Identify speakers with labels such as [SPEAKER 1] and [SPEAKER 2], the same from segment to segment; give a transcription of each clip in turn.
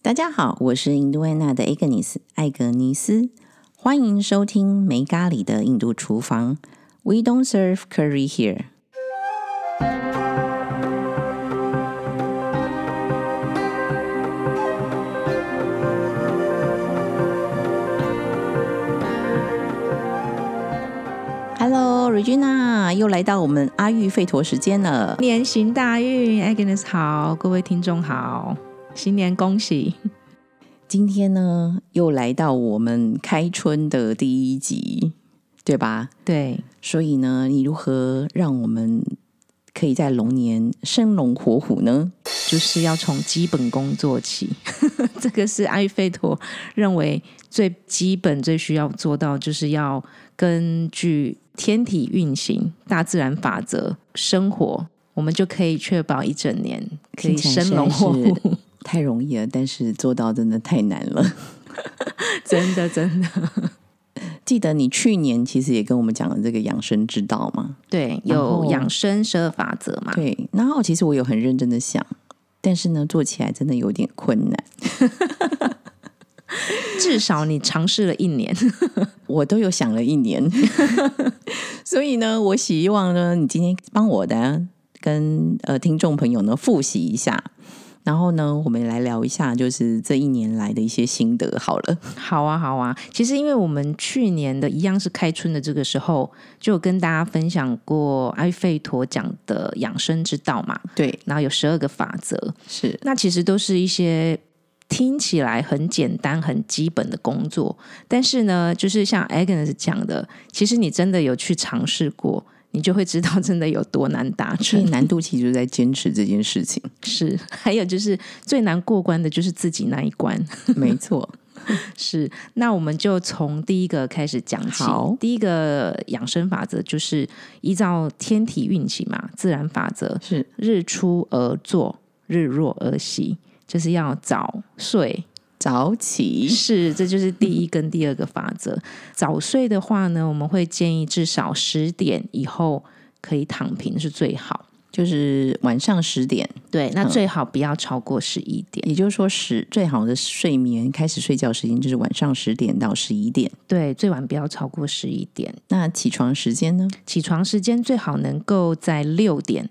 [SPEAKER 1] 大家好，我是印度安娜的艾格尼斯，艾格尼斯，欢迎收听没咖喱的印度厨房。We don't serve curry here。Hello，Regina，又来到我们阿育吠陀时间了。
[SPEAKER 2] 年行大运，Agnes 好，各位听众好，新年恭喜！
[SPEAKER 1] 今天呢，又来到我们开春的第一集，对吧？
[SPEAKER 2] 对，
[SPEAKER 1] 所以呢，你如何让我们可以在龙年生龙活虎呢？
[SPEAKER 2] 就是要从基本功做起， 这个是艾费陀认为最基本、最需要做到，就是要根据天体运行、大自然法则生活，我们就可以确保一整年可以生龙活
[SPEAKER 1] 听起
[SPEAKER 2] 虎。
[SPEAKER 1] 太容易了，但是做到真的太难了。
[SPEAKER 2] 真的，真的，
[SPEAKER 1] 记得你去年其实也跟我们讲了这个养生之道嘛？
[SPEAKER 2] 对，
[SPEAKER 1] 然后
[SPEAKER 2] 有养生十二法则嘛？
[SPEAKER 1] 对，然后其实我有很认真的想，但是呢，做起来真的有点困难。
[SPEAKER 2] 至少你尝试了一年。
[SPEAKER 1] 我都有想了一年， 所以呢，我希望呢，你今天帮我的跟呃听众朋友呢复习一下，然后呢，我们来聊一下就是这一年来的一些心得好了。
[SPEAKER 2] 好啊，好啊。其实，因为我们去年的一样是开春的这个时候，就有跟大家分享过埃费陀讲的养生之道嘛，
[SPEAKER 1] 对，
[SPEAKER 2] 然后有十二个法则，
[SPEAKER 1] 是
[SPEAKER 2] 那其实都是一些听起来很简单、很基本的工作，但是呢，就是像 Agnes 讲的，其实你真的有去尝试过，你就会知道真的有多难达
[SPEAKER 1] 所以
[SPEAKER 2] 成。
[SPEAKER 1] 难度其实就在坚持这件事情。
[SPEAKER 2] 是，还有就是最难过关的就是自己那一关。
[SPEAKER 1] 没错，
[SPEAKER 2] 是，那我们就从第一个开始讲起。
[SPEAKER 1] 好
[SPEAKER 2] 第一个养生法则就是依照天体运行嘛，自然法则，
[SPEAKER 1] 是
[SPEAKER 2] 日出而作，日落而息，就是要早睡。
[SPEAKER 1] 早起，
[SPEAKER 2] 是，这就是第一跟第二个法则。早睡的话呢，我们会建议至少十点以后可以躺平是最好。
[SPEAKER 1] 就是晚上十点，
[SPEAKER 2] 对，那
[SPEAKER 1] 嗯
[SPEAKER 2] 最好不要超过十一点。
[SPEAKER 1] 也就是说十最好的睡眠开始睡觉时间就是晚上十点到十一点。
[SPEAKER 2] 对，最晚不要超过十一点。
[SPEAKER 1] 那起床时间呢？
[SPEAKER 2] 起床时间最好能够在六点，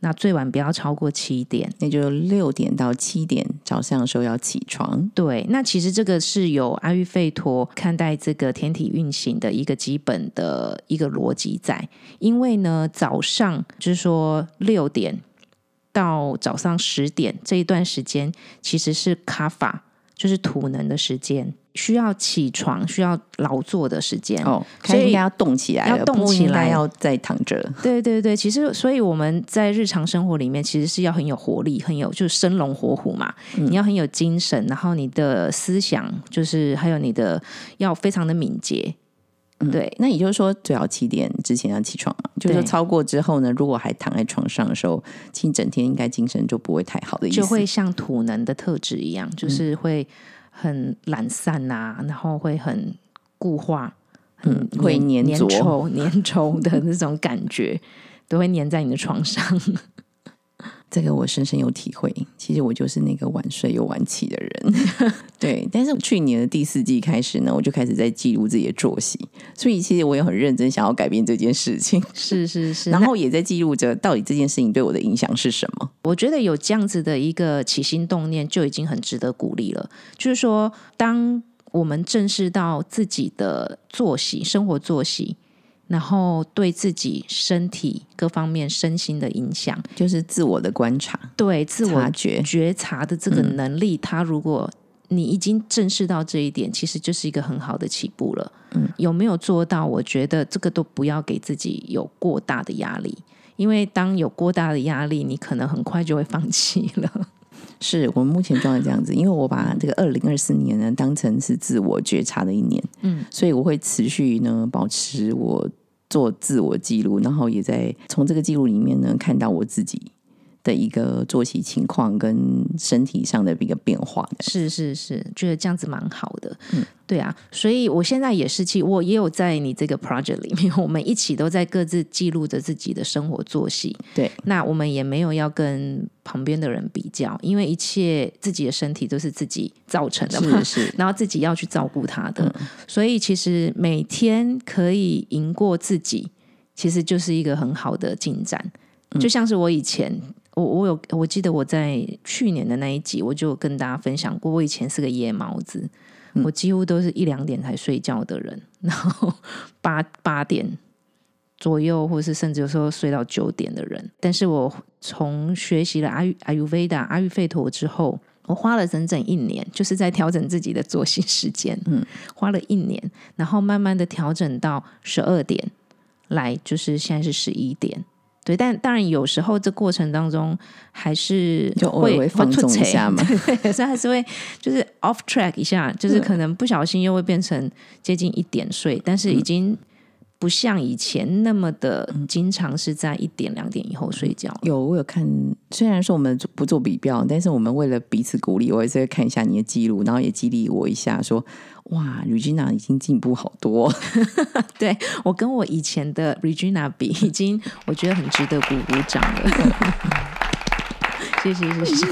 [SPEAKER 2] 那最晚不要超过七点。
[SPEAKER 1] 那就六点到七点早上的时候要起床。
[SPEAKER 2] 对，那其实这个是有阿育吠陀看待这个天体运行的一个基本的一个逻辑在，因为呢，早上就是说六点到早上十点这一段时间其实是卡法，就是土能的时间，需要起床、需要劳作的时间。
[SPEAKER 1] 哦，
[SPEAKER 2] 所
[SPEAKER 1] 所
[SPEAKER 2] 以
[SPEAKER 1] 以应该要动起来了，
[SPEAKER 2] 要动起来
[SPEAKER 1] 不应该要再躺着。
[SPEAKER 2] 对对对，其实所以我们在日常生活里面，其实是要很有活力，很有就是生龙活虎嘛。
[SPEAKER 1] 嗯
[SPEAKER 2] 你要很有精神，然后你的思想就是还有你的要非常的敏捷。对
[SPEAKER 1] 那也就是说，最好七点之前要起床嘛。就是说，
[SPEAKER 2] 对
[SPEAKER 1] 超过之后呢，如果还躺在床上的时候，其实整天应该精神就不会太好的意思。嗯
[SPEAKER 2] 就会像土能的特质一样，就是会很懒散呐、然后会很固化，很
[SPEAKER 1] 嗯会
[SPEAKER 2] 粘
[SPEAKER 1] 粘
[SPEAKER 2] 粘
[SPEAKER 1] 着
[SPEAKER 2] 稠粘稠的那种感觉，都会粘在你的床上。
[SPEAKER 1] 这个我深深有体会。其实我就是那个晚睡又晚起的人。 对，但是去年的第四季开始呢，我就开始在记录自己的作息，所以其实我也很认真想要改变这件事情，
[SPEAKER 2] 是是是，
[SPEAKER 1] 然后也在记录着到底这件事情对我的影响是什么。
[SPEAKER 2] 我觉得有这样子的一个起心动念就已经很值得鼓励了。就是说，当我们正视到自己的作息、生活作息，然后对自己身体各方面身心的影响，
[SPEAKER 1] 就是自我的观察、
[SPEAKER 2] 对自
[SPEAKER 1] 察
[SPEAKER 2] 我
[SPEAKER 1] 觉，
[SPEAKER 2] 觉察的这个能力，它如果你已经正视到这一点，其实就是一个很好的起步了。
[SPEAKER 1] 嗯，
[SPEAKER 2] 有没有做到？我觉得这个都不要给自己有过大的压力，因为当有过大的压力，你可能很快就会放弃了。
[SPEAKER 1] 是我们目前状态这样子。因为我把这个二零二四年呢当成是自我觉察的一年，
[SPEAKER 2] 嗯，
[SPEAKER 1] 所以我会持续呢保持我做自我记录，然后也在从这个记录里面呢看到我自己。的一个作息情况跟身体上的一个变化的。
[SPEAKER 2] 是是是，觉得这样子蛮好的。嗯，对啊，所以我现在也是记，我也有在你这个 project 里面，我们一起都在各自记录着自己的生活作息。
[SPEAKER 1] 对，
[SPEAKER 2] 那我们也没有要跟旁边的人比较，因为一切自己的身体都是自己造成的嘛
[SPEAKER 1] 是，是，
[SPEAKER 2] 然后自己要去照顾他的，所以其实每天可以赢过自己，其实就是一个很好的进展。就像是我以前，我我有我记得我在去年的那一集，我就跟大家分享过，我以前是个夜猫子，我几乎都是一两点才睡觉的人，然后八八点左右，或是甚至有时候睡到九点的人。但是我从学习了阿育阿育吠达、阿育吠陀之后，我花了整整一年，就是在调整自己的作息时间，嗯，花了一年，然后慢慢的调整到十二点来，就是现在是十一点。对，但当然有时候这过程当中还是
[SPEAKER 1] 就偶尔会放纵一下嘛，
[SPEAKER 2] 对， 对所以还是会就是 off track 一下，就是可能不小心又会变成接近一点睡，但是已经不像以前那么的
[SPEAKER 1] 嗯
[SPEAKER 2] 经常是在一点两点以后睡觉了。
[SPEAKER 1] 有我有看，虽然说我们不做比标，但是我们为了彼此鼓励，我也是会看一下你的记录，然后也激励我一下说哇，Regina 已经进步好多。
[SPEAKER 2] 对我跟我以前的 Regina 比，已经我觉得很值得鼓鼓掌了。谢谢谢谢，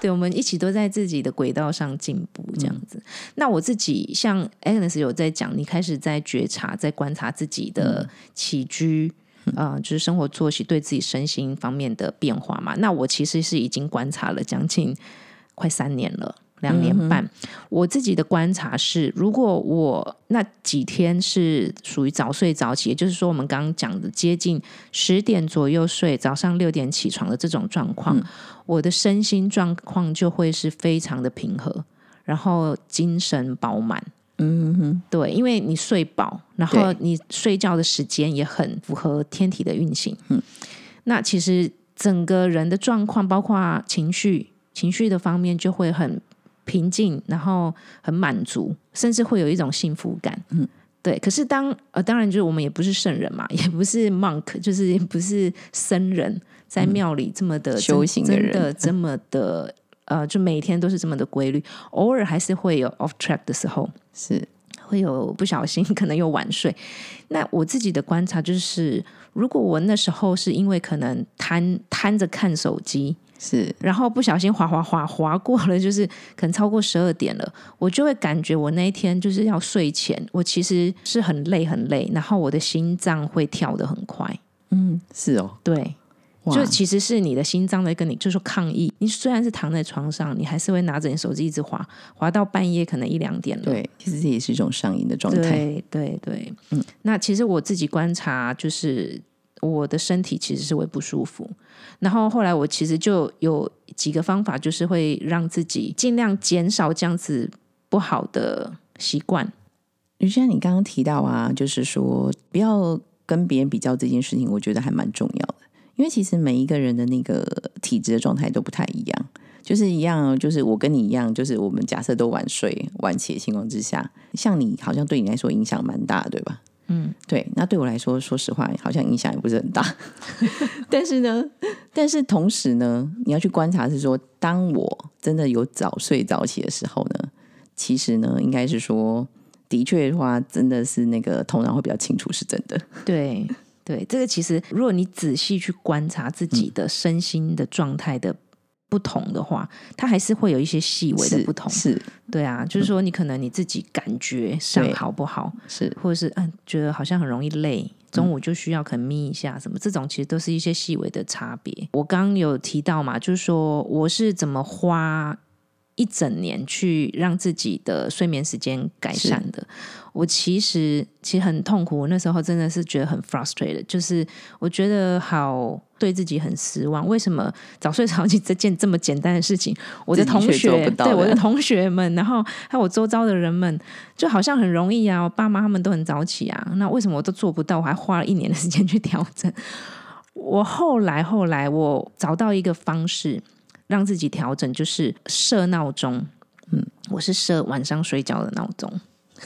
[SPEAKER 2] 对我们一起都在自己的轨道上进步，这样子。那我自己像 Agnes 有在讲，你开始在觉察，在观察自己的起居。啊、就是生活作息对自己身心方面的变化嘛。那我其实是已经观察了将近快三年了，两年半。我自己的观察是，如果我那几天是属于早睡早起，也就是说我们刚刚讲的接近十点左右睡，早上六点起床的这种状况，
[SPEAKER 1] 嗯
[SPEAKER 2] 我的身心状况就会是非常的平和，然后精神饱满。
[SPEAKER 1] 嗯哼，
[SPEAKER 2] 对，因为你睡饱，然后你睡觉的时间也很符合天体的运行。嗯，那其实整个人的状况，包括情绪、情绪的方面，就会很平静，然后很满足，甚至会有一种幸福感。嗯。对，可是当呃，当然就是我们也不是圣人嘛，也不是 monk，就是 也不是僧人，在庙里这么的、
[SPEAKER 1] 嗯修行的人
[SPEAKER 2] 真的 这么的呃，就每天都是这么的规律，偶尔还是会有 off track 的时候。
[SPEAKER 1] 是
[SPEAKER 2] 会有不小心， 可能有晚睡。那我自己的观察就是，如果我那时候是因为可能瘫瘫着看手机，
[SPEAKER 1] 是，
[SPEAKER 2] 然后不小心滑滑滑滑过了，就是可能超过十二点了，我就会感觉我那一天就是要睡前，我其实是很累很累，然后我的心脏会跳得很快，
[SPEAKER 1] 嗯，是哦，
[SPEAKER 2] 对。
[SPEAKER 1] 哇
[SPEAKER 2] 就其实是你的心脏在跟你，就是说抗议。你虽然是躺在床上，你还是会拿着你手机一直滑，滑到半夜，可能一两点了。
[SPEAKER 1] 对，其实这也是一种上瘾的状态。
[SPEAKER 2] 对对对，嗯，那其实我自己观察，就是我的身体其实是会不舒服，然后后来我其实就有几个方法，就是会让自己尽量减少这样子不好的习惯。
[SPEAKER 1] 于轩，你刚刚提到啊，就是说不要跟别人比较这件事情，我觉得还蛮重要的，因为其实每一个人的那个体质的状态都不太一样。就是一样，就是我跟你一样，就是我们假设都晚睡晚起的情况之下，像你好像对你来说影响蛮大的，对吧？嗯，对。那对我来说，说实话，好像影响也不是很大。 但是呢，但是同时呢，你要去观察是说，当我真的有早睡早起的时候呢，其实呢，应该是说，的确的话，真的是那个头脑会比较清楚，是真的。
[SPEAKER 2] 对 对，这个其实如果你仔细去观察自己
[SPEAKER 1] 嗯
[SPEAKER 2] 的身心的状态的不同的话，它还是会有一些细微的
[SPEAKER 1] 是
[SPEAKER 2] 不同。
[SPEAKER 1] 是嗯
[SPEAKER 2] 对啊，就是说你可能你自己感觉上
[SPEAKER 1] 对
[SPEAKER 2] 好不好，
[SPEAKER 1] 是，
[SPEAKER 2] 或者是嗯，觉得好像很容易累，中午就需要可能眯一下什么，这种其实都是一些细微的差别。我刚刚有提到嘛，就是说我是怎么花一整年去让自己的睡眠时间改善的。我其实其实很痛苦，我那时候真的是觉得很 frustrated，就是我觉得好对自己很失望。为什么早睡早起这件这么简单的事情，我的
[SPEAKER 1] 自己
[SPEAKER 2] 同
[SPEAKER 1] 却做
[SPEAKER 2] 学
[SPEAKER 1] 不到
[SPEAKER 2] 对我
[SPEAKER 1] 的
[SPEAKER 2] 的同学们，然后还有我周遭的人们，就好像很容易啊，我爸妈他们都很早起啊，那为什么我都做不到？我还花了一年的时间去调整。我后来后来，我找到一个方式让自己调整，就是设闹钟。嗯，我是设晚上睡觉的闹钟，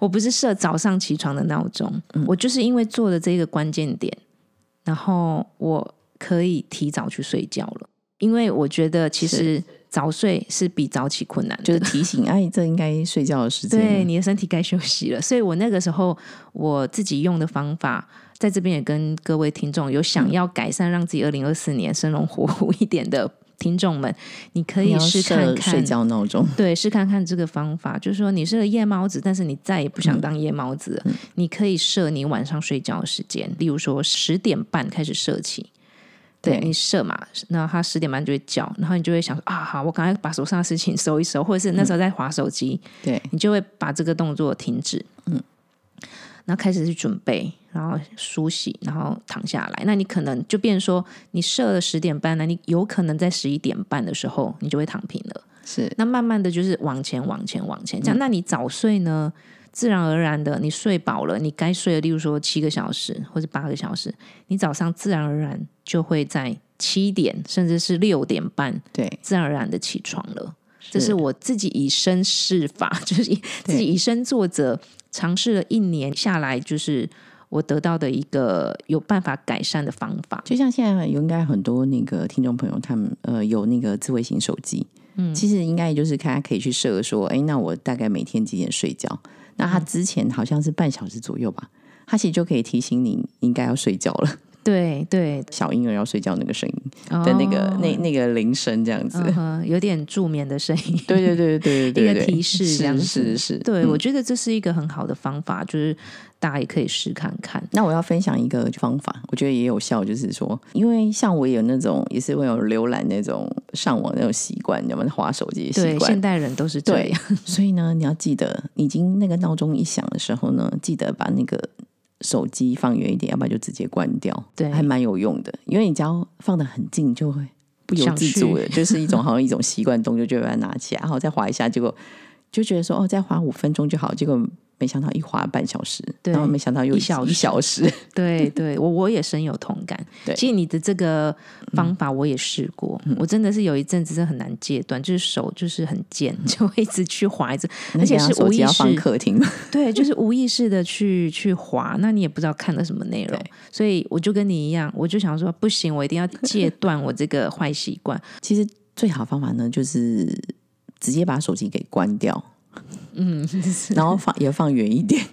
[SPEAKER 2] 我不是设早上
[SPEAKER 1] 嗯
[SPEAKER 2] 起床的闹钟。我就是因为做了这个关键点，然后我可以提早去睡觉了，因为我觉得其实
[SPEAKER 1] 是
[SPEAKER 2] 早睡是比早起困难的，
[SPEAKER 1] 就是嗯提醒，哎，这应该睡觉的时间。
[SPEAKER 2] 对，你的身体该休息了。所以我那个时候我自己用的方法，在这边也跟各位听众有
[SPEAKER 1] 嗯
[SPEAKER 2] 想要改善让自己二零二四年生龙活虎一点的听众们，你可
[SPEAKER 1] 你
[SPEAKER 2] 以
[SPEAKER 1] 要
[SPEAKER 2] 试
[SPEAKER 1] 设
[SPEAKER 2] 看
[SPEAKER 1] 睡
[SPEAKER 2] 看。
[SPEAKER 1] 觉闹钟。
[SPEAKER 2] 对，试看看这个方法，就是说你是个夜猫子，但是你再也不
[SPEAKER 1] 嗯
[SPEAKER 2] 想当夜猫子了，你可以设你晚上睡觉的时间，例如说十点半开始设起，对
[SPEAKER 1] 对
[SPEAKER 2] 你设嘛，那他十点半就会叫，然后你就会想说啊，好，我赶快把手上的事情收一收，或者是那时候在划手机，
[SPEAKER 1] 嗯对，
[SPEAKER 2] 你就会把这个动作停止，嗯，然后开始去准备，然后梳洗，然后躺下来。那你可能就变成说，你设了十点半那你有可能在十一点半的时候，你就会躺平了。
[SPEAKER 1] 是
[SPEAKER 2] 那慢慢的就是往前、往前、往前这样。那你早睡呢，自然而然的，你睡饱了，你该睡的，例如说七个小时或者八个小时，你早上自然而然就会在七点甚至是六点半
[SPEAKER 1] 对，
[SPEAKER 2] 自然而然的起床了。这是我自己以身试法， 就是以自己以身作则，尝试了一年下来，就是我得到的一个有办法改善的方法。
[SPEAKER 1] 就像现在有应该很多那个听众朋友，他们呃有那个智慧型手机，嗯，其实应该就是他可以去设说，哎，那我大概每天几点睡觉？那他之前好像是半小时左右吧，他其实就可以提醒你应该要睡觉了，
[SPEAKER 2] 对对
[SPEAKER 1] 小婴儿要睡觉那个声音的
[SPEAKER 2] 的
[SPEAKER 1] 那个、那那个铃声这样子。
[SPEAKER 2] 哦嗯哼有点助眠的声 音。
[SPEAKER 1] 对对对对对对对，
[SPEAKER 2] 一个提示这样
[SPEAKER 1] 是
[SPEAKER 2] 子
[SPEAKER 1] 是是，
[SPEAKER 2] 对，我觉得这是一个很好的方法，就是大家也可以试看看。
[SPEAKER 1] 那我要分享一个方法，我觉得也有效，就是说，因为像我有那种也是会有浏览那种上网那种习惯，你们划手机的习
[SPEAKER 2] 对，
[SPEAKER 1] 惯
[SPEAKER 2] 现，代人都是这
[SPEAKER 1] 对
[SPEAKER 2] 样。
[SPEAKER 1] 所以呢，你要记得，已经那个闹钟一响的时候呢，记得把那个手机放远一点，要不然就直接关掉，
[SPEAKER 2] 对
[SPEAKER 1] 还蛮有用的，因为你只要放得很近，就会不由自主的，就是一种好像一种习惯动作，就会把它拿起来，然后再划一下，结果就觉得说哦，再划五分钟就好，结果没想到一划半小时，
[SPEAKER 2] 对
[SPEAKER 1] 然后没想到又
[SPEAKER 2] 一小时
[SPEAKER 1] 一小时，
[SPEAKER 2] 对对，我我也深有同感。
[SPEAKER 1] 对嗯
[SPEAKER 2] 其实你的这个方法我也试过，我真的是有一阵子是很难戒断，就是手就是很贱，
[SPEAKER 1] 嗯
[SPEAKER 2] 就会一直去划，一直而且是
[SPEAKER 1] 手
[SPEAKER 2] 无
[SPEAKER 1] 机
[SPEAKER 2] 意
[SPEAKER 1] 要放
[SPEAKER 2] 识，
[SPEAKER 1] 客厅，
[SPEAKER 2] 对，就是无意识的去去划，那你也不知道看了什么内容
[SPEAKER 1] 对，
[SPEAKER 2] 所以我就跟你一样，我就想说不行，我一定要戒断我这个坏习惯。
[SPEAKER 1] 其实最好的方法呢，就是直接把手机给关掉，嗯，然后放也放远一点，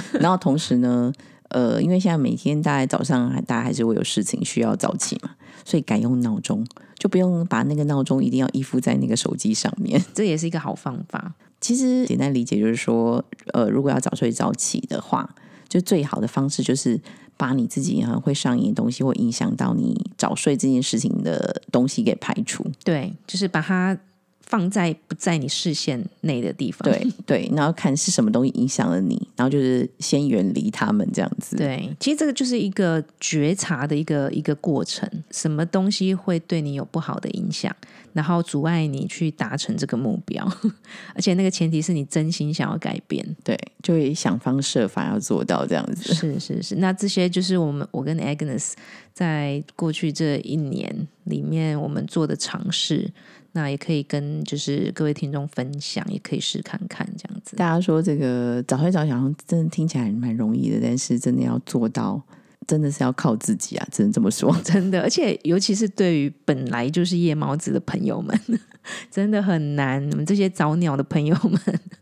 [SPEAKER 1] 然后同时呢，呃，因为现在每天大概早上还大家还是会有事情需要早起嘛，所以改用闹钟，就不用把那个闹钟一定要依附在那个手机上面。
[SPEAKER 2] 这也是一个好方法，
[SPEAKER 1] 其实简单理解就是说，呃，如果要早睡早起的话，就最好的方式就是把你自己很会上瘾的东西，会影响到你早睡这件事情的东西给排除。
[SPEAKER 2] 对，就是把它放在不在你视线内的地方。
[SPEAKER 1] 对对，然后看是什么东西影响了你，然后就是先远离他们这样子。
[SPEAKER 2] 对，其实这个就是一个觉察的一个一个过程，什么东西会对你有不好的影响，然后阻碍你去达成这个目标， 而且那个前提是你真心想要改变。
[SPEAKER 1] 对，就会想方设法要做到这样子。
[SPEAKER 2] 是是是，那这些就是我们我跟 Agnes 在过去这一年里面我们做的尝试，那也可以跟就是各位听众分享，也可以试看看这样 子。
[SPEAKER 1] 大家说这个早睡早起，好像真的听起来蛮容易的，但是真的要做到，真的是要靠自己啊！只能这么说。
[SPEAKER 2] 真的，而且尤其是对于本来就是夜猫子的朋友们， 真的很难。你们这些早鸟的朋友们，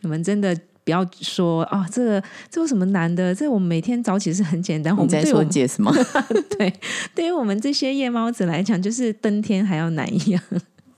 [SPEAKER 2] 你们真的不要说啊、这个这有什么难的？这我们每天早起是很简单。我
[SPEAKER 1] 你
[SPEAKER 2] 们
[SPEAKER 1] 在
[SPEAKER 2] 对我
[SPEAKER 1] 说
[SPEAKER 2] 们
[SPEAKER 1] yes 吗？
[SPEAKER 2] 对， 对于我们这些夜猫子来讲，就是登天还要难一样，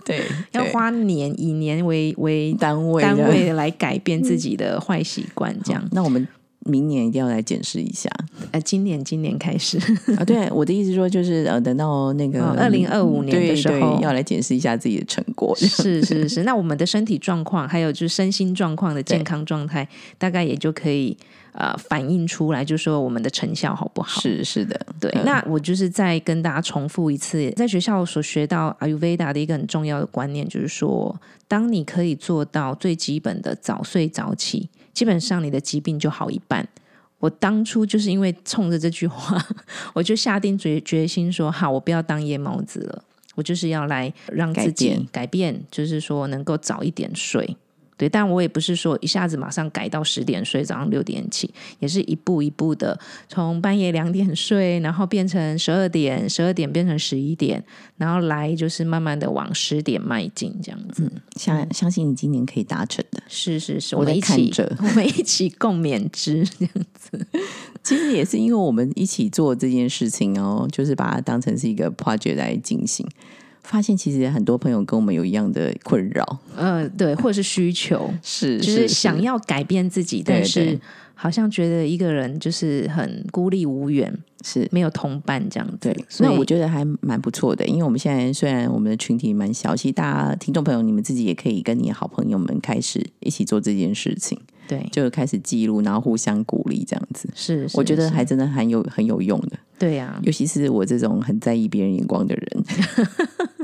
[SPEAKER 1] 对，
[SPEAKER 2] 要
[SPEAKER 1] 对
[SPEAKER 2] 花年以年为为
[SPEAKER 1] 单位
[SPEAKER 2] 单
[SPEAKER 1] 的。
[SPEAKER 2] 位来改变自己
[SPEAKER 1] 嗯
[SPEAKER 2] 的坏习惯，这样。
[SPEAKER 1] 那我们明年一定要来检视一 下
[SPEAKER 2] 呃，今年今年开始，
[SPEAKER 1] 啊！对，我的意思说就是呃，等到那个
[SPEAKER 2] 哦2025年的
[SPEAKER 1] 对
[SPEAKER 2] 时
[SPEAKER 1] 对
[SPEAKER 2] 候
[SPEAKER 1] 要来检视一下自己的成果。
[SPEAKER 2] 是是是，那我们的身体状况，还有就是身心状况的健康状态，大概也就可以呃反映出来，就说我们的成效好不 好？
[SPEAKER 1] 是是的，
[SPEAKER 2] 对。
[SPEAKER 1] 嗯
[SPEAKER 2] 那我就是再跟大家重复一次，在学校所学到阿育吠达的一个很重要的观念，就是说，当你可以做到最基本的早睡早起，基本上你的疾病就好一半。我当初就是因为冲着这句话，我就下定决决心说，好，我不要当夜猫子了，我就是要来让自己
[SPEAKER 1] 改变
[SPEAKER 2] 改变就是说能够早一点睡。对，但我也不是说一下子马上改到十点睡，早上六点起，也是一步一步的，从半夜两点睡，然后变成十二点，十二点变成十一点，然后来就是慢慢的往十点迈进，这样子。
[SPEAKER 1] 相相信你今年可以达成的。
[SPEAKER 2] 是是是，
[SPEAKER 1] 我
[SPEAKER 2] 我们
[SPEAKER 1] 在
[SPEAKER 2] 一
[SPEAKER 1] 看
[SPEAKER 2] 起
[SPEAKER 1] 着，
[SPEAKER 2] 我们一起共勉 之。这样
[SPEAKER 1] 其实也是因为我们一起做这件事情哦，就是把它当成是一个 project 来进行。发现其实很多朋友跟我们有一样的困扰，
[SPEAKER 2] 呃，对，或者是需求，
[SPEAKER 1] 是
[SPEAKER 2] 就是想要改变自己，但
[SPEAKER 1] 对
[SPEAKER 2] 是
[SPEAKER 1] 对
[SPEAKER 2] 好像觉得一个人就是很孤立无援，
[SPEAKER 1] 是
[SPEAKER 2] 没有同伴这样子。
[SPEAKER 1] 对，
[SPEAKER 2] 所以
[SPEAKER 1] 那我觉得还蛮不错的，因为我们现在虽然我们的群体蛮小，其实大家听众朋友你们自己也可以跟你的好朋友们开始一起做这件事情，
[SPEAKER 2] 对，
[SPEAKER 1] 就开始记录，然后互相鼓励这样子，
[SPEAKER 2] 是，是
[SPEAKER 1] 我觉得
[SPEAKER 2] 是
[SPEAKER 1] 还真的很有很有用的，
[SPEAKER 2] 对啊呀、
[SPEAKER 1] 尤其是我这种很在意别人眼光的人，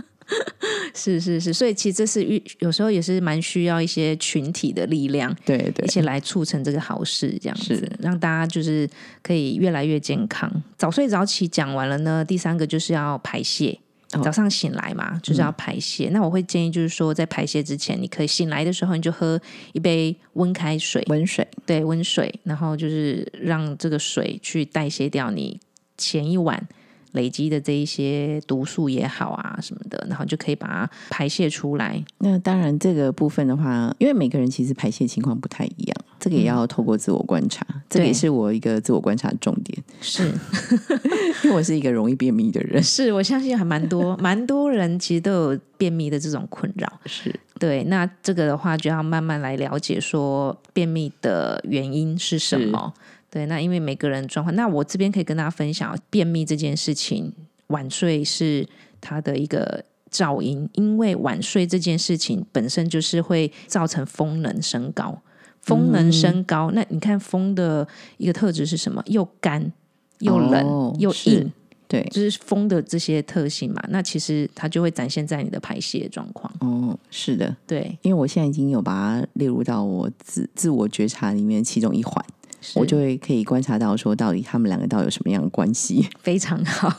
[SPEAKER 2] 是是是，所以其实这是遇有时候也是蛮需要一些群体的力量。
[SPEAKER 1] 对对
[SPEAKER 2] 一，起来促成这个好事，这样子
[SPEAKER 1] 是
[SPEAKER 2] 让大家就是可以越来越健康。早睡早起讲完了呢，第三个就是要排泄。
[SPEAKER 1] 哦嗯
[SPEAKER 2] 早上醒来嘛，就是要排泄。那我会建议，就是说，在排泄之前，你可以醒来的时候，你就喝一杯温开水，
[SPEAKER 1] 温水
[SPEAKER 2] 对，温水，然后就是让这个水去代谢掉你前一晚累积的这一些毒素也好啊什么的，然后就可以把它排泄出来。
[SPEAKER 1] 那当然，这个部分的话，因为每个人其实排泄情况不太一样，这个也
[SPEAKER 2] 嗯
[SPEAKER 1] 要透过自我观察，这个也是我一个自我观察的重点，
[SPEAKER 2] 是
[SPEAKER 1] 因为我是一个容易便秘的 人，
[SPEAKER 2] 是，我相信还蛮多蛮多人其实都有便秘的这种困扰。
[SPEAKER 1] 是
[SPEAKER 2] 对，那这个的话就要慢慢来了解说便秘的原因是什么。对，那因为每个人状况，那我这边可以跟大家分享便秘这件事情，晚睡是它的一个噪音，因为晚睡这件事情本身就是会造成风能升高。风
[SPEAKER 1] 嗯
[SPEAKER 2] 能升高，那你看风的一个特质是什么？又干又冷、
[SPEAKER 1] 哦
[SPEAKER 2] 又
[SPEAKER 1] 是
[SPEAKER 2] 硬，
[SPEAKER 1] 对，
[SPEAKER 2] 就是风的这些特性嘛，那其实它就会展现在你的排泄状况。
[SPEAKER 1] 哦，是的，
[SPEAKER 2] 对，
[SPEAKER 1] 因为我现在已经有把它列入到我自自我觉察里面其中一环，
[SPEAKER 2] 是
[SPEAKER 1] 我就会可以观察到说，到底他们两个到底有什么样的关 系？
[SPEAKER 2] 非常好，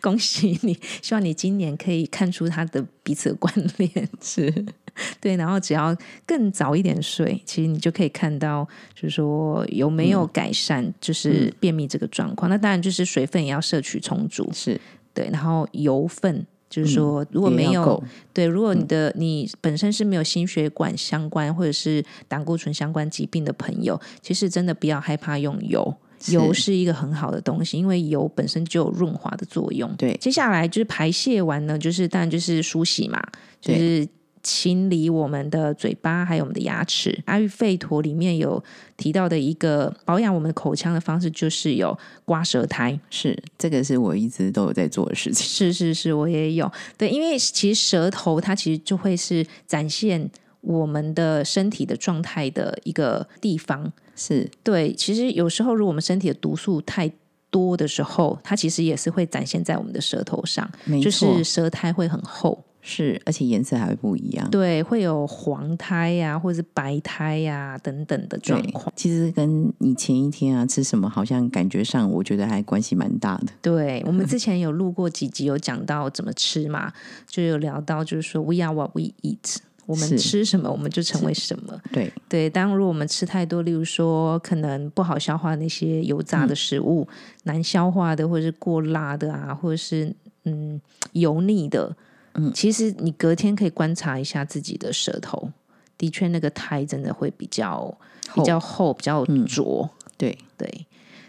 [SPEAKER 2] 恭喜你！希望你今年可以看出它的彼此的关联。
[SPEAKER 1] 是
[SPEAKER 2] 对，然后只要更早一点睡，其实你就可以看到，就是说有没有改善，
[SPEAKER 1] 嗯
[SPEAKER 2] 就是便秘这个状况。那当然就是水分也要摄取充足，
[SPEAKER 1] 是，
[SPEAKER 2] 对，然后油分。就是说，如果
[SPEAKER 1] 嗯也
[SPEAKER 2] 没
[SPEAKER 1] 要
[SPEAKER 2] 有
[SPEAKER 1] 够
[SPEAKER 2] 对，如
[SPEAKER 1] 嗯
[SPEAKER 2] 果你的、你本身是没有心血管相关或者是胆固醇相关疾病的朋友，其实真的不要害怕用油。油
[SPEAKER 1] 是
[SPEAKER 2] 是一个很好的东西，因为油本身就有润滑的作用。
[SPEAKER 1] 对
[SPEAKER 2] 接下来就是排泄完呢，就是当然就是梳洗嘛，就
[SPEAKER 1] 对
[SPEAKER 2] 是清理我们的嘴巴还有我们的牙齿。阿育吠陀里面有提到的一个保养我们的口腔的方式，就是有刮舌苔。
[SPEAKER 1] 是，这个是我一直都有在做的事 情，
[SPEAKER 2] 是是是，我也有对，因为其实舌头它其实就会是展现我们的身体的状态的一个地方。
[SPEAKER 1] 是
[SPEAKER 2] 对，其实有时候如果我们身体的毒素太多的时候，它其实也是会展现在我们的舌头上，
[SPEAKER 1] 没
[SPEAKER 2] 就
[SPEAKER 1] 错，
[SPEAKER 2] 是舌苔会很厚，
[SPEAKER 1] 是，而且颜色还会不一样。
[SPEAKER 2] 对，会有黄苔呀、或者是白苔呀、等等的状
[SPEAKER 1] 对
[SPEAKER 2] 况。
[SPEAKER 1] 其实跟你前一天啊吃什么，好像感觉上我觉得还关系蛮大的。
[SPEAKER 2] 对，我们之前有录过几集，有讲到怎么吃嘛，就有聊到就是说 we are what we eat，我们
[SPEAKER 1] 是
[SPEAKER 2] 吃什么我们就成为什么。
[SPEAKER 1] 对，
[SPEAKER 2] 对，当如果我们吃太多，例如说可能不好消化那些油炸的食物、难消化的，或者是过辣的啊，或者是嗯油腻的，嗯，其实你隔天可以观察一下自己的舌头，的确那个苔真的会比较比较厚，嗯比较浊，
[SPEAKER 1] 对，
[SPEAKER 2] 对。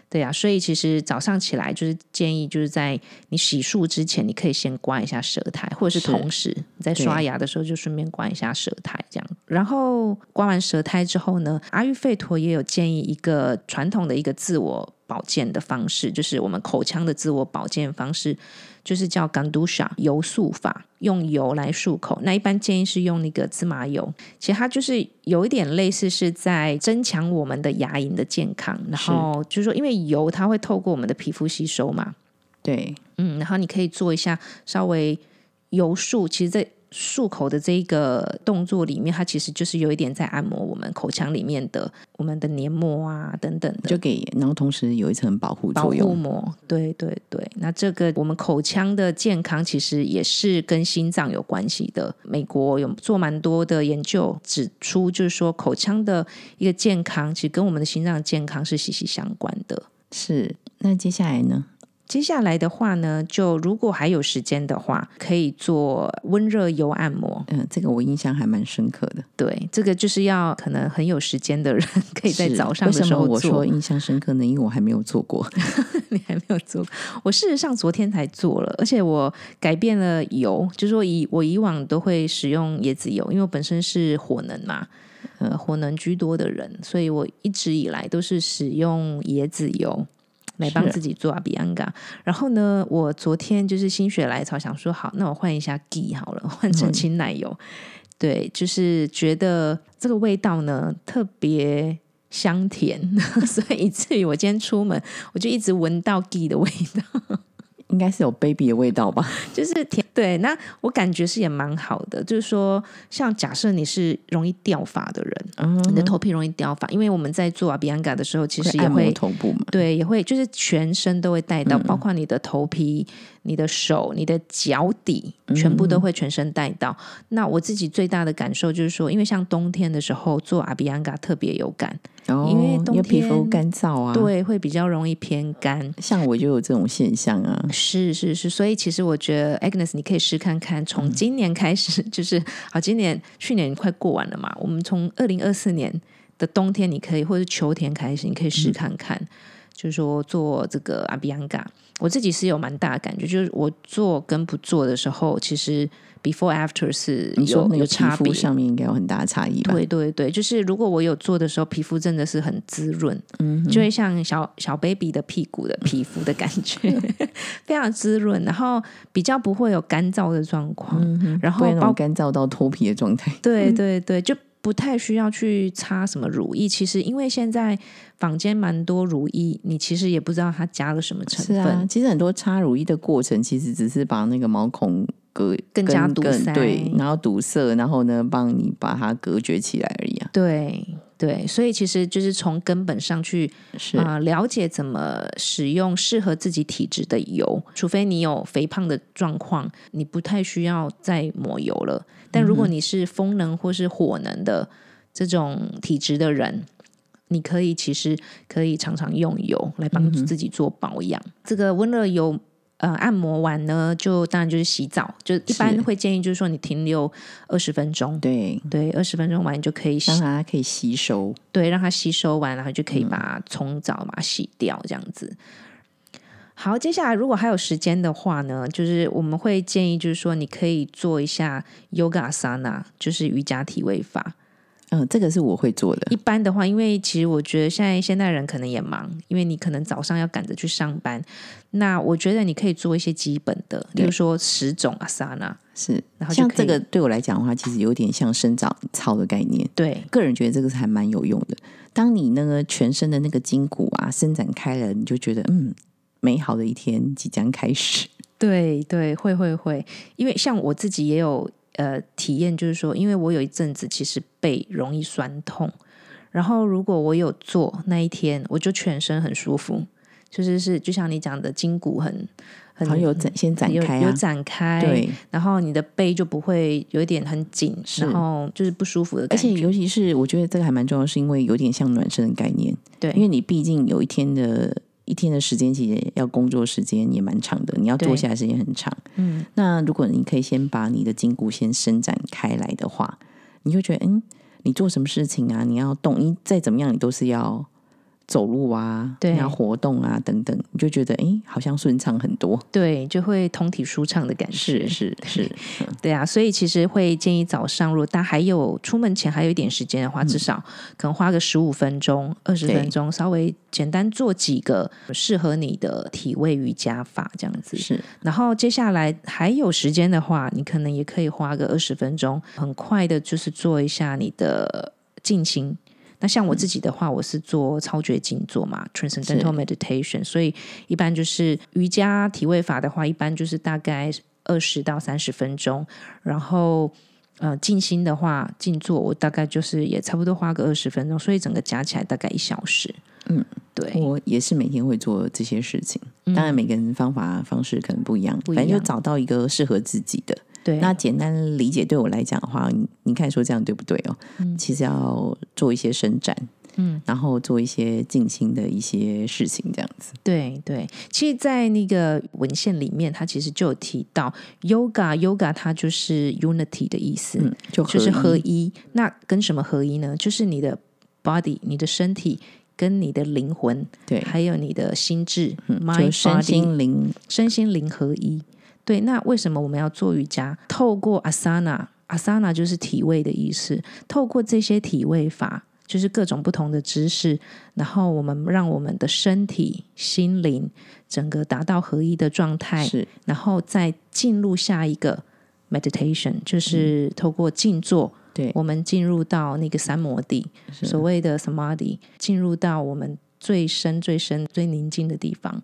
[SPEAKER 2] 对啊，所以其实早上起来就是建议，就是在你洗漱之前，你可以先刮一下舌苔，或者是
[SPEAKER 1] 是
[SPEAKER 2] 同时你在刷牙的时候就顺便刮一下舌苔，这样。然后刮完舌苔之后呢，阿育吠陀也有建议一个传统的一个自我保健的方式，就是我们口腔的自我保健方式，就是叫 Gandusha 油漱法，用油来漱口。那一般建议是用那个芝麻油，其实它就是有一点类似是在增强我们的牙龈的健康，然
[SPEAKER 1] 是
[SPEAKER 2] 后就是说，因为油它会透过我们的皮肤吸收嘛，
[SPEAKER 1] 对，
[SPEAKER 2] 嗯，然后你可以做一下稍微油漱，其实这漱口的这一个动作里面，它其实就是有一点在按摩我们口腔里面的我们的黏膜啊等等的
[SPEAKER 1] 就给，然后同时有一层保护
[SPEAKER 2] 保
[SPEAKER 1] 作
[SPEAKER 2] 护
[SPEAKER 1] 用。
[SPEAKER 2] 膜。对对对，那这个我们口腔的健康其实也是跟心脏有关系的。美国有做蛮多的研究指出，就是说口腔的一个健康，其实跟我们的心脏健康是息息相关的。
[SPEAKER 1] 是，那接下来呢？
[SPEAKER 2] 接下来的话呢，就如果还有时间的话，可以做温热油按摩。
[SPEAKER 1] 嗯、这个我印象还蛮深刻的。
[SPEAKER 2] 对，这个就是要可能很有时间的人， 可以在
[SPEAKER 1] 是
[SPEAKER 2] 早上的时候
[SPEAKER 1] 为什么我
[SPEAKER 2] 做
[SPEAKER 1] 说。印象深刻呢？因为我还没有做 过。
[SPEAKER 2] 你还没有做过，我事实上昨天才做了，而且我改变了油，就是说以我以往都会使用椰子油，因为我本身是火能嘛，呃，火能居多的人，所以我一直以来都是使用椰子油。来帮
[SPEAKER 1] 是
[SPEAKER 2] 自己做阿比安嘎，然后呢，我昨天就是心血来潮，想说好，那我换一下 g 好了，换成清奶油。对，就是觉得这个味道呢特别香甜， 所以以至于我今天出门，我就一直闻到 g 的味道，
[SPEAKER 1] 应该是有 baby 的味道吧？
[SPEAKER 2] 就是甜。对，那我感觉是也蛮好的，就是说，像假设你是容易掉发的人，
[SPEAKER 1] 嗯，
[SPEAKER 2] 你的头皮容易掉发，因为我们在做阿比安嘎的时候，其实
[SPEAKER 1] 会
[SPEAKER 2] 也
[SPEAKER 1] 按摩
[SPEAKER 2] 会。
[SPEAKER 1] 头部嘛？嗯
[SPEAKER 2] 对，也会就是全身都会带到，包括你的头皮、你的手、你的脚底，
[SPEAKER 1] 嗯
[SPEAKER 2] 全部都会全身带到。那我自己最大的感受就是说，因为像冬天的时候做阿比安嘎特别有感，
[SPEAKER 1] 哦
[SPEAKER 2] 因为冬
[SPEAKER 1] 因为皮肤
[SPEAKER 2] 天
[SPEAKER 1] 干燥啊。，
[SPEAKER 2] 对，会比较容易偏干。
[SPEAKER 1] 像我就有这种现象啊。
[SPEAKER 2] 是是是，所以其实我觉得 Agnes，你可以试看看，
[SPEAKER 1] 嗯
[SPEAKER 2] 从今年开始， 就是好，今年去年快过完了嘛，我们从二零二四年的冬天，你可以或者秋天开始，你可以
[SPEAKER 1] 嗯
[SPEAKER 2] 试看看，就是说做这个阿比安嘎，我自己是有蛮大的感觉，就是我做跟不做的时候，其实 before after 是
[SPEAKER 1] 你说
[SPEAKER 2] 有
[SPEAKER 1] 那个
[SPEAKER 2] 有
[SPEAKER 1] 皮
[SPEAKER 2] 差别
[SPEAKER 1] 肤。上面应该有很大的差异吧？
[SPEAKER 2] 对对对，就是如果我有做的时候，皮肤真的是很滋润，嗯，就会像小小 baby 的屁股的皮肤的感觉， 非常滋润，然后比较不会有干燥的状况，
[SPEAKER 1] 嗯
[SPEAKER 2] 然
[SPEAKER 1] 不
[SPEAKER 2] 后
[SPEAKER 1] 然那
[SPEAKER 2] 包
[SPEAKER 1] 种嗯干燥到脱皮的状态。
[SPEAKER 2] 对对对，就不太需要去擦什么乳液。其实因为现在坊间蛮多乳液，你其实也不知道它加了什么成
[SPEAKER 1] 是
[SPEAKER 2] 分，
[SPEAKER 1] 啊，其实很多擦乳液的过程，其实只是把那个毛孔隔
[SPEAKER 2] 更加
[SPEAKER 1] 跟
[SPEAKER 2] 堵
[SPEAKER 1] 更
[SPEAKER 2] 塞
[SPEAKER 1] 对，然后堵塞，然后呢，帮你把它隔绝起来而已啊。
[SPEAKER 2] 对对，所以其实就是从根本上去
[SPEAKER 1] 是，
[SPEAKER 2] 啊、了解怎么使用适合自己体质的油，除非你有肥胖的状况，你不太需要再抹油了。但如果你是风能或是火能的这种体质的人，你可以其实可以常常用油来帮助自己做保养。这个温热油。呃，按摩完呢，就当然就是洗澡，就一般
[SPEAKER 1] 是
[SPEAKER 2] 会建议就是说你停留二十分钟，
[SPEAKER 1] 对，
[SPEAKER 2] 对，二十分钟完就可以洗
[SPEAKER 1] 让它可以吸收。
[SPEAKER 2] 对，让它吸收完，然后就可以
[SPEAKER 1] 嗯
[SPEAKER 2] 把它冲澡把它洗掉，这样子。好，接下来如果还有时间的话呢，就是我们会建议，就是说你可以做一下 yoga asana，就是瑜伽体位法。
[SPEAKER 1] 嗯、这个是我会做的
[SPEAKER 2] 一。般的话，因为其实我觉得现在现代人可能也忙，因为你可能早上要赶着去上班，那我觉得你可以做一些基本的，例如
[SPEAKER 1] 对
[SPEAKER 2] 说十种 asana，
[SPEAKER 1] 是，
[SPEAKER 2] 然后就
[SPEAKER 1] 像
[SPEAKER 2] 可
[SPEAKER 1] 这
[SPEAKER 2] 以
[SPEAKER 1] 个对我来讲的话，其实有点像生长操的概念。
[SPEAKER 2] 对，
[SPEAKER 1] 个人觉得这个是还蛮有用的。当你那个全身的那个筋骨啊伸展开了，你就觉得嗯，美好的一天即将开始。
[SPEAKER 2] 对对，会会会，因为像我自己也有呃体验，就是说，因为我有一阵子其实背容易酸痛，然后如果我有做那一天，我就全身很舒服，就是是就像你讲的筋骨很很
[SPEAKER 1] 好，有展先展
[SPEAKER 2] 有
[SPEAKER 1] 开
[SPEAKER 2] 有
[SPEAKER 1] 啊，
[SPEAKER 2] 展开，
[SPEAKER 1] 对，
[SPEAKER 2] 然后你的背就不会有一点很紧，
[SPEAKER 1] 是
[SPEAKER 2] 然后就是不舒服的
[SPEAKER 1] 而
[SPEAKER 2] 感觉，
[SPEAKER 1] 且尤其是我觉得这个还蛮重要，是因为有点像暖身的概念，
[SPEAKER 2] 对
[SPEAKER 1] 因为你毕竟有一天的一天的时间，其实要工作时间也蛮长的，你要
[SPEAKER 2] 对
[SPEAKER 1] 坐下来时间很长。
[SPEAKER 2] 嗯，
[SPEAKER 1] 那如果你可以先把你的筋骨先伸展开来的话，你就觉得嗯，你做什么事情啊，你要动，你再怎么样，你都是要走路啊，
[SPEAKER 2] 对
[SPEAKER 1] 你要活动啊等等，你就觉得诶，好像顺畅很多。
[SPEAKER 2] 对，就会通体舒畅的感觉，
[SPEAKER 1] 是是是，
[SPEAKER 2] 对啊，所以其实会建议早上，如果大家还有出门前还有一点时间的话，至少可能花个十五分钟、二十
[SPEAKER 1] 对
[SPEAKER 2] 分钟，稍微简单做几个适合你的体位瑜伽法这样子。
[SPEAKER 1] 是
[SPEAKER 2] 然后接下来还有时间的话，你可能也可以花个二十分钟，很快的就是做一下你的静心。那像我
[SPEAKER 1] 嗯
[SPEAKER 2] 自己的话，我是做超觉静坐嘛，transcendental meditation，所以一般就是瑜伽体位法的话，一般就是大概二十到三十分钟，然后呃静心的话，静坐我大概就是也差不多花个二十分钟，所以整个加起来大概一小时。
[SPEAKER 1] 嗯，
[SPEAKER 2] 对，
[SPEAKER 1] 我也是每天会做这些事情，当然每个人方法方式可能不一样，
[SPEAKER 2] 嗯不一
[SPEAKER 1] 反正就
[SPEAKER 2] 样
[SPEAKER 1] 找到一个适合自己的。
[SPEAKER 2] 对，
[SPEAKER 1] 那简单理解对我来讲的话，你你看说这样对不对哦？其实要做一些伸展，
[SPEAKER 2] 嗯，
[SPEAKER 1] 然后做一些静心的一些事情，这样子。
[SPEAKER 2] 对对，其实，在那个文献里面，它其实就有提到 yoga，yoga 它就是 unity 的意思，
[SPEAKER 1] 嗯，就合
[SPEAKER 2] 就是合
[SPEAKER 1] 一
[SPEAKER 2] 一。那跟什么合一呢？就是你的 body，你的身体跟你的灵魂，
[SPEAKER 1] 对，嗯
[SPEAKER 2] 还有你的心智、m i
[SPEAKER 1] 就
[SPEAKER 2] n
[SPEAKER 1] 身
[SPEAKER 2] body，
[SPEAKER 1] 心灵
[SPEAKER 2] 身心灵合一。对，那为什么我们要做瑜伽？透过 asana，asana 就是体位的意思，透过这些体位法，就是各种不同的知识，然后我们让我们的身体、心灵整个达到合一的状态，
[SPEAKER 1] 是
[SPEAKER 2] 然后再进入下一个 meditation，就是透过静坐，
[SPEAKER 1] 嗯对
[SPEAKER 2] 我们进入到那个三摩地，
[SPEAKER 1] 是
[SPEAKER 2] 所谓的 samadhi，进入到我们最深、最深、最宁静的地方。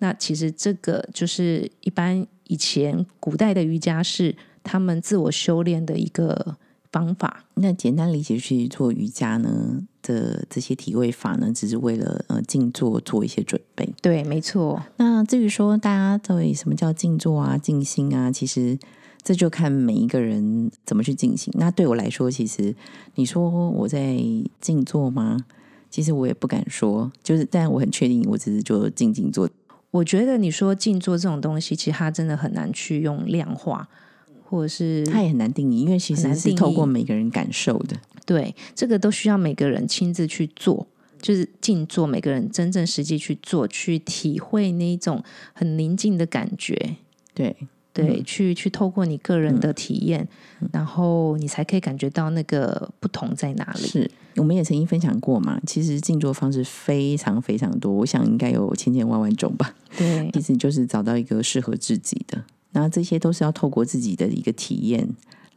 [SPEAKER 2] 那其实这个就是一般以前古代的瑜伽是他们自我修炼的一个方法。
[SPEAKER 1] 那简单理解去做瑜伽呢的这些体位法呢，只是为了呃静坐做一些准备。
[SPEAKER 2] 对，没错，
[SPEAKER 1] 那至于说大家对什么叫静坐啊、静心啊，其实这就看每一个人怎么去进行。那对我来说，其实你说我在静坐吗？其实我也不敢说，就是但我很确定，我只是就静静坐。
[SPEAKER 2] 我觉得你说静坐这种东西，其实它真的很难去用量化，或者是
[SPEAKER 1] 它也很难定义，因为其
[SPEAKER 2] 很
[SPEAKER 1] 实
[SPEAKER 2] 难
[SPEAKER 1] 是
[SPEAKER 2] 定义
[SPEAKER 1] 透过每个人感受的。
[SPEAKER 2] 对，这个都需要每个人亲自去做，就是静坐，每个人真正实际去做，去体会那一种很宁静的感觉。
[SPEAKER 1] 对，
[SPEAKER 2] 对，去去透过你个人的体验，然后你才可以感觉到那个不同在哪里。
[SPEAKER 1] 是我们也曾经分享过嘛。其实静坐方式非常非常多，我想应该有千千万万种吧。
[SPEAKER 2] 对
[SPEAKER 1] 其实就是找到一个适合自己的，那这些都是要透过自己的一个体验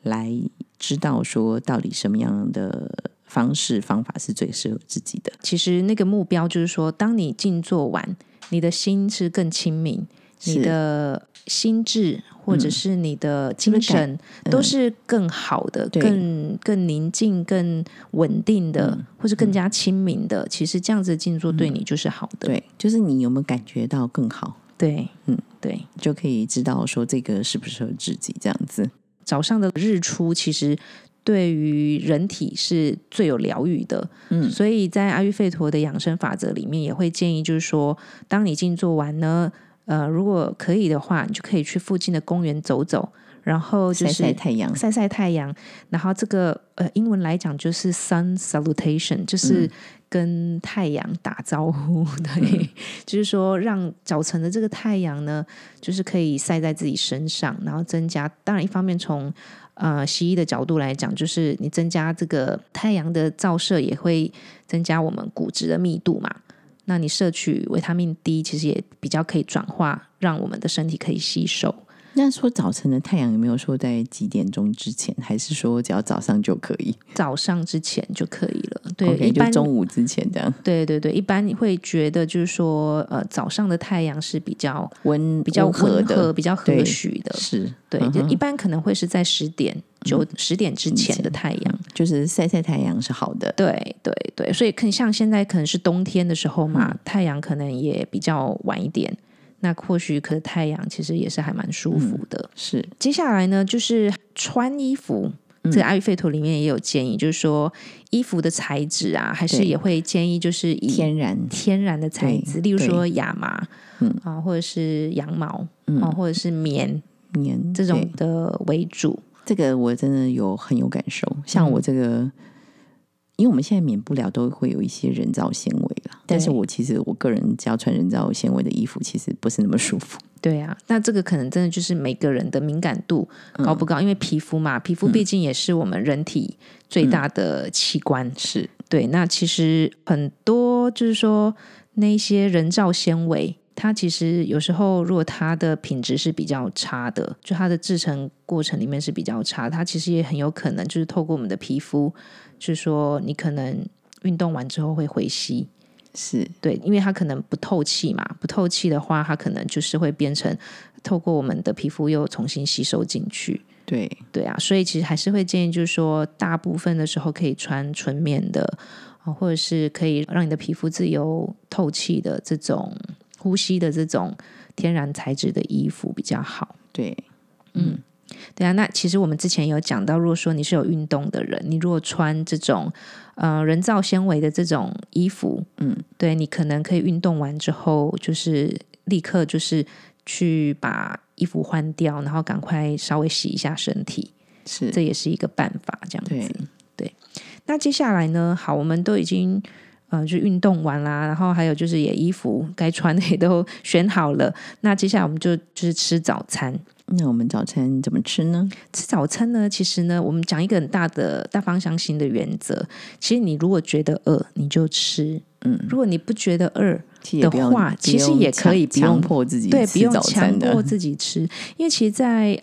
[SPEAKER 1] 来知道说到底什么样的方式方法是最适合自己的。
[SPEAKER 2] 其实那个目标就是说，当你静坐完，你的心是更清明，你
[SPEAKER 1] 是嗯
[SPEAKER 2] 的心智或者是你的精
[SPEAKER 1] 是不是嗯
[SPEAKER 2] 神、都是更好的、
[SPEAKER 1] 对
[SPEAKER 2] 更更宁静、更稳定的，
[SPEAKER 1] 嗯
[SPEAKER 2] 或是更加清明的。其实这样子的静坐对你就是好的。
[SPEAKER 1] 对，就是你有没有感觉到更好，
[SPEAKER 2] 对，
[SPEAKER 1] 嗯
[SPEAKER 2] 嗯，对。
[SPEAKER 1] 就可以知道说这个适不适合自己这样子。
[SPEAKER 2] 早上的日出其实对于人体是最有疗愈的。
[SPEAKER 1] 嗯
[SPEAKER 2] 所以在阿育吠陀的养生法则里面，也会建议就是说，当你静坐完呢，呃，如果可以的话，你就可以去附近的公园走走，然后就
[SPEAKER 1] 晒
[SPEAKER 2] 是
[SPEAKER 1] 晒太阳，
[SPEAKER 2] 晒晒太阳，然后这个呃，英文来讲就是 sun salutation，就是跟太阳打招呼，对， 就是说让早晨的这个太阳呢，就是可以晒在自己身上，然后增加，当然一方面从呃西医的角度来讲，就是你增加这个太阳的照射，也会增加我们骨质的密度嘛。那你摄取维他命 D，其实也比较可以转化，让我们的身体可以吸收。
[SPEAKER 1] 那说早晨的太阳有没有说在几点钟之前，还是说只要早上就可以？
[SPEAKER 2] 早上之前就可以了。对
[SPEAKER 1] o k
[SPEAKER 2] 一
[SPEAKER 1] 就
[SPEAKER 2] 般
[SPEAKER 1] 中午之前这样
[SPEAKER 2] 对对对，一般你会觉得就是说，呃，早上的太阳是比较
[SPEAKER 1] 温
[SPEAKER 2] 比较
[SPEAKER 1] 温和
[SPEAKER 2] 温和、
[SPEAKER 1] 的，
[SPEAKER 2] 比较
[SPEAKER 1] 对
[SPEAKER 2] 和煦的。
[SPEAKER 1] 是
[SPEAKER 2] 对，
[SPEAKER 1] 嗯
[SPEAKER 2] 就
[SPEAKER 1] 哼嗯
[SPEAKER 2] 一般可能会是在十点九十点之前的太阳。
[SPEAKER 1] 就是晒晒太阳是好的。
[SPEAKER 2] 对对对，所以可能像现在可能是冬天的时候嘛，
[SPEAKER 1] 嗯
[SPEAKER 2] 太阳可能也比较晚一点。那或许可太阳其实也是还蛮舒服
[SPEAKER 1] 嗯
[SPEAKER 2] 的。
[SPEAKER 1] 是
[SPEAKER 2] 接下来呢，就是穿衣服。
[SPEAKER 1] 嗯
[SPEAKER 2] 这个阿育吠陀里面也有建议，就是说衣服的材质啊，还是
[SPEAKER 1] 对
[SPEAKER 2] 也会建议就是以
[SPEAKER 1] 天然
[SPEAKER 2] 天然的材质，例如说亚麻，
[SPEAKER 1] 嗯
[SPEAKER 2] 啊，或者是羊毛，啊，或者是棉
[SPEAKER 1] 棉
[SPEAKER 2] 这种
[SPEAKER 1] 对
[SPEAKER 2] 的为主。
[SPEAKER 1] 这个我真的有很有感受。像
[SPEAKER 2] 嗯
[SPEAKER 1] 我这个，因为我们现在免不了都会有一些人造纤维啦，但是我其实我个人只要穿人造纤维的衣服，其实不是那么舒 服。
[SPEAKER 2] 对啊，那这个可能真的就是每个人的敏感度高不高，因为皮肤嘛，皮肤毕竟也是我们人体最大的器官。
[SPEAKER 1] 是
[SPEAKER 2] 对，那其实很多就是说那一些人造纤维，它其实有时候如果它的品质是比较差的，就它的制成过程里面是比较差，它其实也很有可能就是透过我们的皮肤，就是说你可能运动完之后会回吸，
[SPEAKER 1] 是，
[SPEAKER 2] 对，因为它可能不透气嘛，不透气的话，它可能就是会变成透过我们的皮肤又重新吸收进去。
[SPEAKER 1] 对，
[SPEAKER 2] 对啊，所以其实还是会建议，就是说，大部分的时候可以穿纯棉的，啊或者是可以让你的皮肤自由透气的这种呼吸的这种天然材质的衣服比较好。
[SPEAKER 1] 对，
[SPEAKER 2] 对啊，那其实我们之前有讲到，如果说你是有运动的人，你如果穿这种呃人造纤维的这种衣服，
[SPEAKER 1] 嗯，
[SPEAKER 2] 对你可能可以运动完之后，就是立刻就是去把衣服换掉，然后赶快稍微洗一下身体。
[SPEAKER 1] 是，
[SPEAKER 2] 这也是一个办法，这样
[SPEAKER 1] 对
[SPEAKER 2] 子。对，那接下来呢？好，我们都已经呃，就运动完啦，然后还有就是也衣服该穿的也都 选好了。那接下来我们就就是吃早餐。
[SPEAKER 1] 那我们早餐怎么吃呢？
[SPEAKER 2] 吃早餐呢，其实呢，我们讲一个很大的大方向性的原则。其实你如果觉得饿，你就吃；
[SPEAKER 1] 嗯，
[SPEAKER 2] 如果你不觉得饿，
[SPEAKER 1] 其实也不要
[SPEAKER 2] 的话其实
[SPEAKER 1] 不用
[SPEAKER 2] 也可以
[SPEAKER 1] 强强
[SPEAKER 2] 不用
[SPEAKER 1] 迫自己
[SPEAKER 2] 对，不
[SPEAKER 1] 吃
[SPEAKER 2] 用
[SPEAKER 1] 早餐
[SPEAKER 2] 强迫
[SPEAKER 1] 的，
[SPEAKER 2] 自己吃，因为其实，在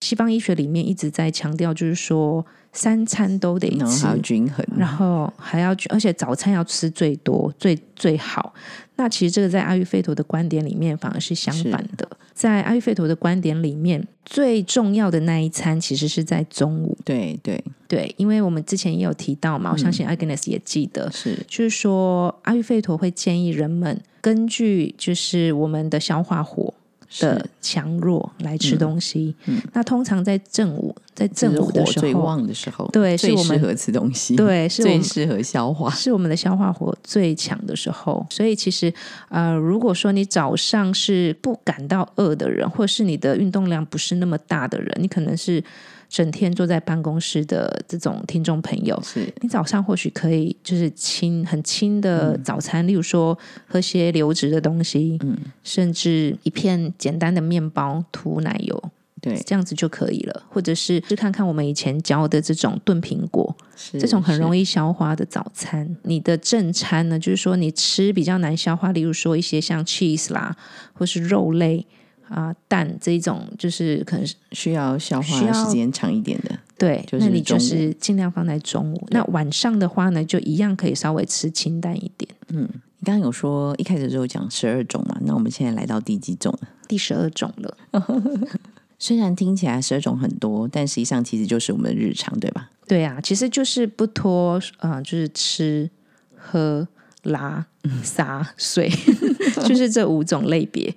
[SPEAKER 2] 西方医学里面一直在强调，就是说三餐都得
[SPEAKER 1] 然后
[SPEAKER 2] 吃
[SPEAKER 1] 还要，均衡，
[SPEAKER 2] 然后还要去，而且早餐要吃最多、最最好。那其实这个在阿育吠陀的观点里面反而是相反的。在阿育吠陀的观点里面，最重要的那一餐其实是在中午。
[SPEAKER 1] 对对
[SPEAKER 2] 对，因为我们之前也有提到嘛，我相
[SPEAKER 1] 嗯
[SPEAKER 2] 信 Agnes 也记得，
[SPEAKER 1] 是，
[SPEAKER 2] 就是说阿育吠陀会建议人们根据就是我们的消化火的
[SPEAKER 1] 是
[SPEAKER 2] 强弱来吃东西。那通常在正午，在
[SPEAKER 1] 这
[SPEAKER 2] 正
[SPEAKER 1] 是
[SPEAKER 2] 午的
[SPEAKER 1] 火
[SPEAKER 2] 时
[SPEAKER 1] 最
[SPEAKER 2] 候，
[SPEAKER 1] 旺的时候，
[SPEAKER 2] 对是
[SPEAKER 1] 最
[SPEAKER 2] 我
[SPEAKER 1] 适
[SPEAKER 2] 们
[SPEAKER 1] 合吃东西，，
[SPEAKER 2] 对，是我
[SPEAKER 1] 最
[SPEAKER 2] 们
[SPEAKER 1] 适合消化，
[SPEAKER 2] 是我们的消化火最强的时候，所以其实呃，如果说你早上是不感到饿的人，或是你的运动量不是那么大的人，你可能是整天坐在办公室的这种听众朋友，
[SPEAKER 1] 是
[SPEAKER 2] 你早上或许可以就是轻很轻的
[SPEAKER 1] 嗯
[SPEAKER 2] 早餐，例如说喝些流质的东西，嗯，甚至一片简单的面包涂奶油，
[SPEAKER 1] 对，
[SPEAKER 2] 这样子就可以了，或者是去看看我们以前教的这种炖苹果，
[SPEAKER 1] 是
[SPEAKER 2] 这种很容
[SPEAKER 1] 易
[SPEAKER 2] 易消化的早餐。你的正餐呢，就是说你吃比较难消化，例如说一些像 cheese 啦，或是肉类啊、蛋这一种，就是可能是
[SPEAKER 1] 需要消化
[SPEAKER 2] 需
[SPEAKER 1] 的
[SPEAKER 2] 要
[SPEAKER 1] 时间长一点的，
[SPEAKER 2] 对，
[SPEAKER 1] 就是
[SPEAKER 2] 那你
[SPEAKER 1] 中
[SPEAKER 2] 就
[SPEAKER 1] 午
[SPEAKER 2] 是尽量放在中午。那晚上的话呢，就一样可以稍微吃清淡一点。
[SPEAKER 1] 你刚刚有说一开始就讲十二种嘛，那我们现在来到第几种了？
[SPEAKER 2] 第十二种了，
[SPEAKER 1] 虽然听起来十二种很多，但实际上其实就是我们的日常，对吧？
[SPEAKER 2] 对啊，其实就是不脱，嗯、就是吃、喝、拉、
[SPEAKER 1] 嗯
[SPEAKER 2] 撒、睡， 就是这五种类别。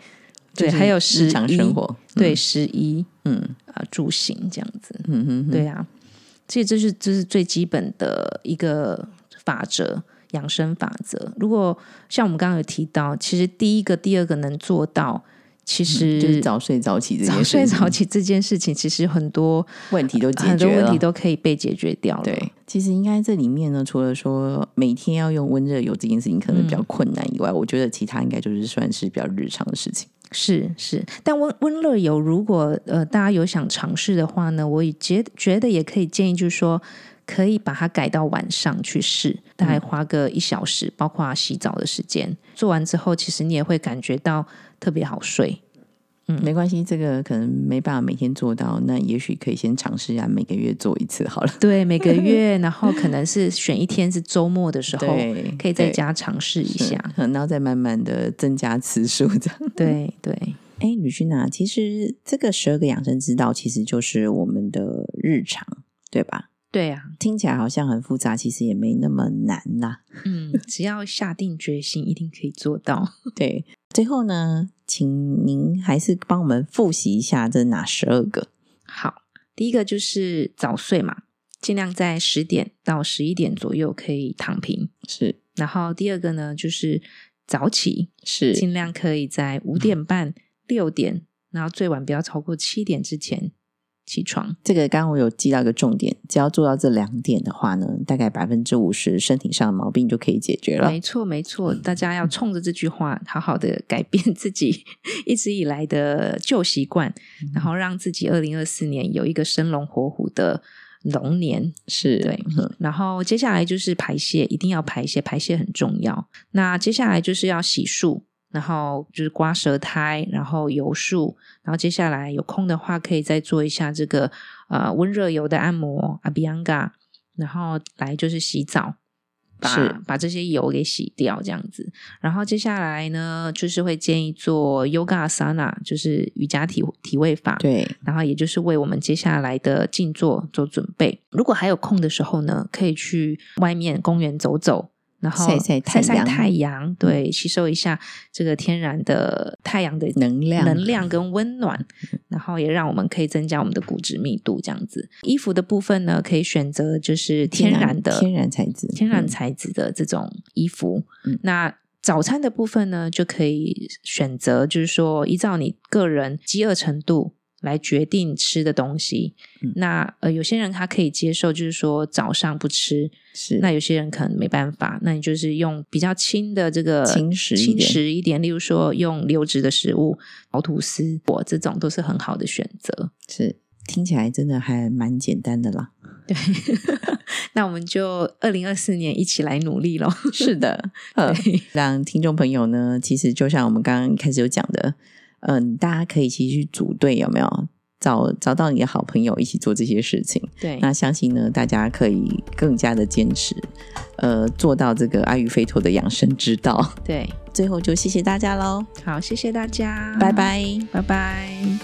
[SPEAKER 2] 对，
[SPEAKER 1] 就是
[SPEAKER 2] 还有十
[SPEAKER 1] 日常
[SPEAKER 2] 一，
[SPEAKER 1] 生活，
[SPEAKER 2] 对，十一，
[SPEAKER 1] 嗯
[SPEAKER 2] 啊、住行这样子，
[SPEAKER 1] 嗯哼哼，
[SPEAKER 2] 对啊，所以这是这是最基本的一个法则，养生法则。如果像我们刚刚有提到，其实第一个、第二个能做到，其实、
[SPEAKER 1] 嗯就是早睡早起这件
[SPEAKER 2] 早
[SPEAKER 1] 事
[SPEAKER 2] 睡
[SPEAKER 1] 情，
[SPEAKER 2] 早起这件事情，其实很多
[SPEAKER 1] 问题都解
[SPEAKER 2] 很多
[SPEAKER 1] 决
[SPEAKER 2] 问
[SPEAKER 1] 了
[SPEAKER 2] 题。都可以被解决掉了。
[SPEAKER 1] 对，其实应该这里面呢，除了说每天要用温热油这件事情可能比较
[SPEAKER 2] 嗯
[SPEAKER 1] 困难以外，我觉得其他应该就是算是比较日常的事情。
[SPEAKER 2] 是是，但温温乐油如果呃大家有想尝试的话呢，我也觉觉得也可以建议，就是说可以把它改到晚上去试，大
[SPEAKER 1] 嗯
[SPEAKER 2] 概花个一小时，包括洗澡的时间。做完之后，其实你也会感觉到特别好睡。嗯
[SPEAKER 1] 没关系，这个可能没办法每天做到，那也许可以先尝试一下，每个月做一次好了。
[SPEAKER 2] 对，每个 月，然后可能是选一天是周末的时候，
[SPEAKER 1] 对，
[SPEAKER 2] 可以在
[SPEAKER 1] 对
[SPEAKER 2] 家尝试一
[SPEAKER 1] 是
[SPEAKER 2] 下。
[SPEAKER 1] 嗯然后再慢慢的增加次数这样。
[SPEAKER 2] 对对，
[SPEAKER 1] 哎，女君啊，其实这个十二个养生之道其实就是我们的日常，对吧？
[SPEAKER 2] 对啊，
[SPEAKER 1] 听起来好像很复杂，其实也没那么难啦、
[SPEAKER 2] 嗯，只要下定决心，一定可以做到。
[SPEAKER 1] 对，最后呢，请您还是帮我们复习一下这哪十二个？
[SPEAKER 2] 好，第一个就是早睡嘛，尽量在十点到十一点左右可以躺平。
[SPEAKER 1] 是
[SPEAKER 2] 然后第二个呢，就是早起，
[SPEAKER 1] 是
[SPEAKER 2] 尽量可以在五点半、六点，然后最晚不要超过七点之前起床。
[SPEAKER 1] 这个，刚刚我有记到一个重点，只要做到这两点的话呢，大概百分之五十身体上的毛病就可以解决了嗯
[SPEAKER 2] 没。错，没错，大家要冲着这句话，好好的改变自己一直以来的旧习惯，
[SPEAKER 1] 嗯
[SPEAKER 2] 然后让自己二零二四年有一个生龙活虎的龙年。
[SPEAKER 1] 是
[SPEAKER 2] 对
[SPEAKER 1] 嗯
[SPEAKER 2] 然后接下来就是排泄，一定要排泄，排泄很重要。那接下来就是要洗漱，然后就是刮舌苔，然后油漱，然后接下来有空的话可以再做一下这个呃温热油的按摩阿比安嘎，然后来就是洗澡。把
[SPEAKER 1] 是
[SPEAKER 2] 把这些油给洗掉，这样子。然后接下来呢，就是会建议做 yoga asana，就是瑜伽体体位法。
[SPEAKER 1] 对，
[SPEAKER 2] 然后也就是为我们接下来的静坐做准备。如果还有空的时候呢，可以去外面公园走走，然后
[SPEAKER 1] 晒晒太
[SPEAKER 2] 晒
[SPEAKER 1] 阳嗯
[SPEAKER 2] 太阳对，吸收一下这个天然的太阳的
[SPEAKER 1] 能量嗯
[SPEAKER 2] 能量跟温暖，然后也让我们可以增加我们的骨质密度。这样子，衣服的部分呢，可以选择就是天然的
[SPEAKER 1] 天然材质，
[SPEAKER 2] 天然
[SPEAKER 1] 嗯
[SPEAKER 2] 材质的这种衣服。
[SPEAKER 1] 嗯
[SPEAKER 2] 那早餐的部分呢，就可以选择，就是说依照你个人饥饿程度来决定吃的东西。
[SPEAKER 1] 嗯
[SPEAKER 2] 那呃，有些人他可以接受，就是说早上不吃，
[SPEAKER 1] 是
[SPEAKER 2] 那有些人可能没办法，那你就是用比较轻的这个
[SPEAKER 1] 轻食一
[SPEAKER 2] 轻
[SPEAKER 1] 点
[SPEAKER 2] 食一点，例如说用流质的食物，熬吐司、果这种都是很好的选择。
[SPEAKER 1] 是听起来真的还蛮简单的啦。
[SPEAKER 2] 对，那我们就二零二四年一起来努力喽。
[SPEAKER 1] 是的，
[SPEAKER 2] 嗯
[SPEAKER 1] 呃，让听众朋友呢，其实就像我们刚刚一开始有讲的，嗯、大家可以其实去组队，有没有？找找到你的好朋友一起做这些事情，
[SPEAKER 2] 对，
[SPEAKER 1] 那相信呢，大家可以更加的坚持，呃，做到这个阿育吠陀的养生之道。
[SPEAKER 2] 对，
[SPEAKER 1] 最后就谢谢大家喽，
[SPEAKER 2] 好，谢谢大家，
[SPEAKER 1] 拜，拜。
[SPEAKER 2] 拜拜。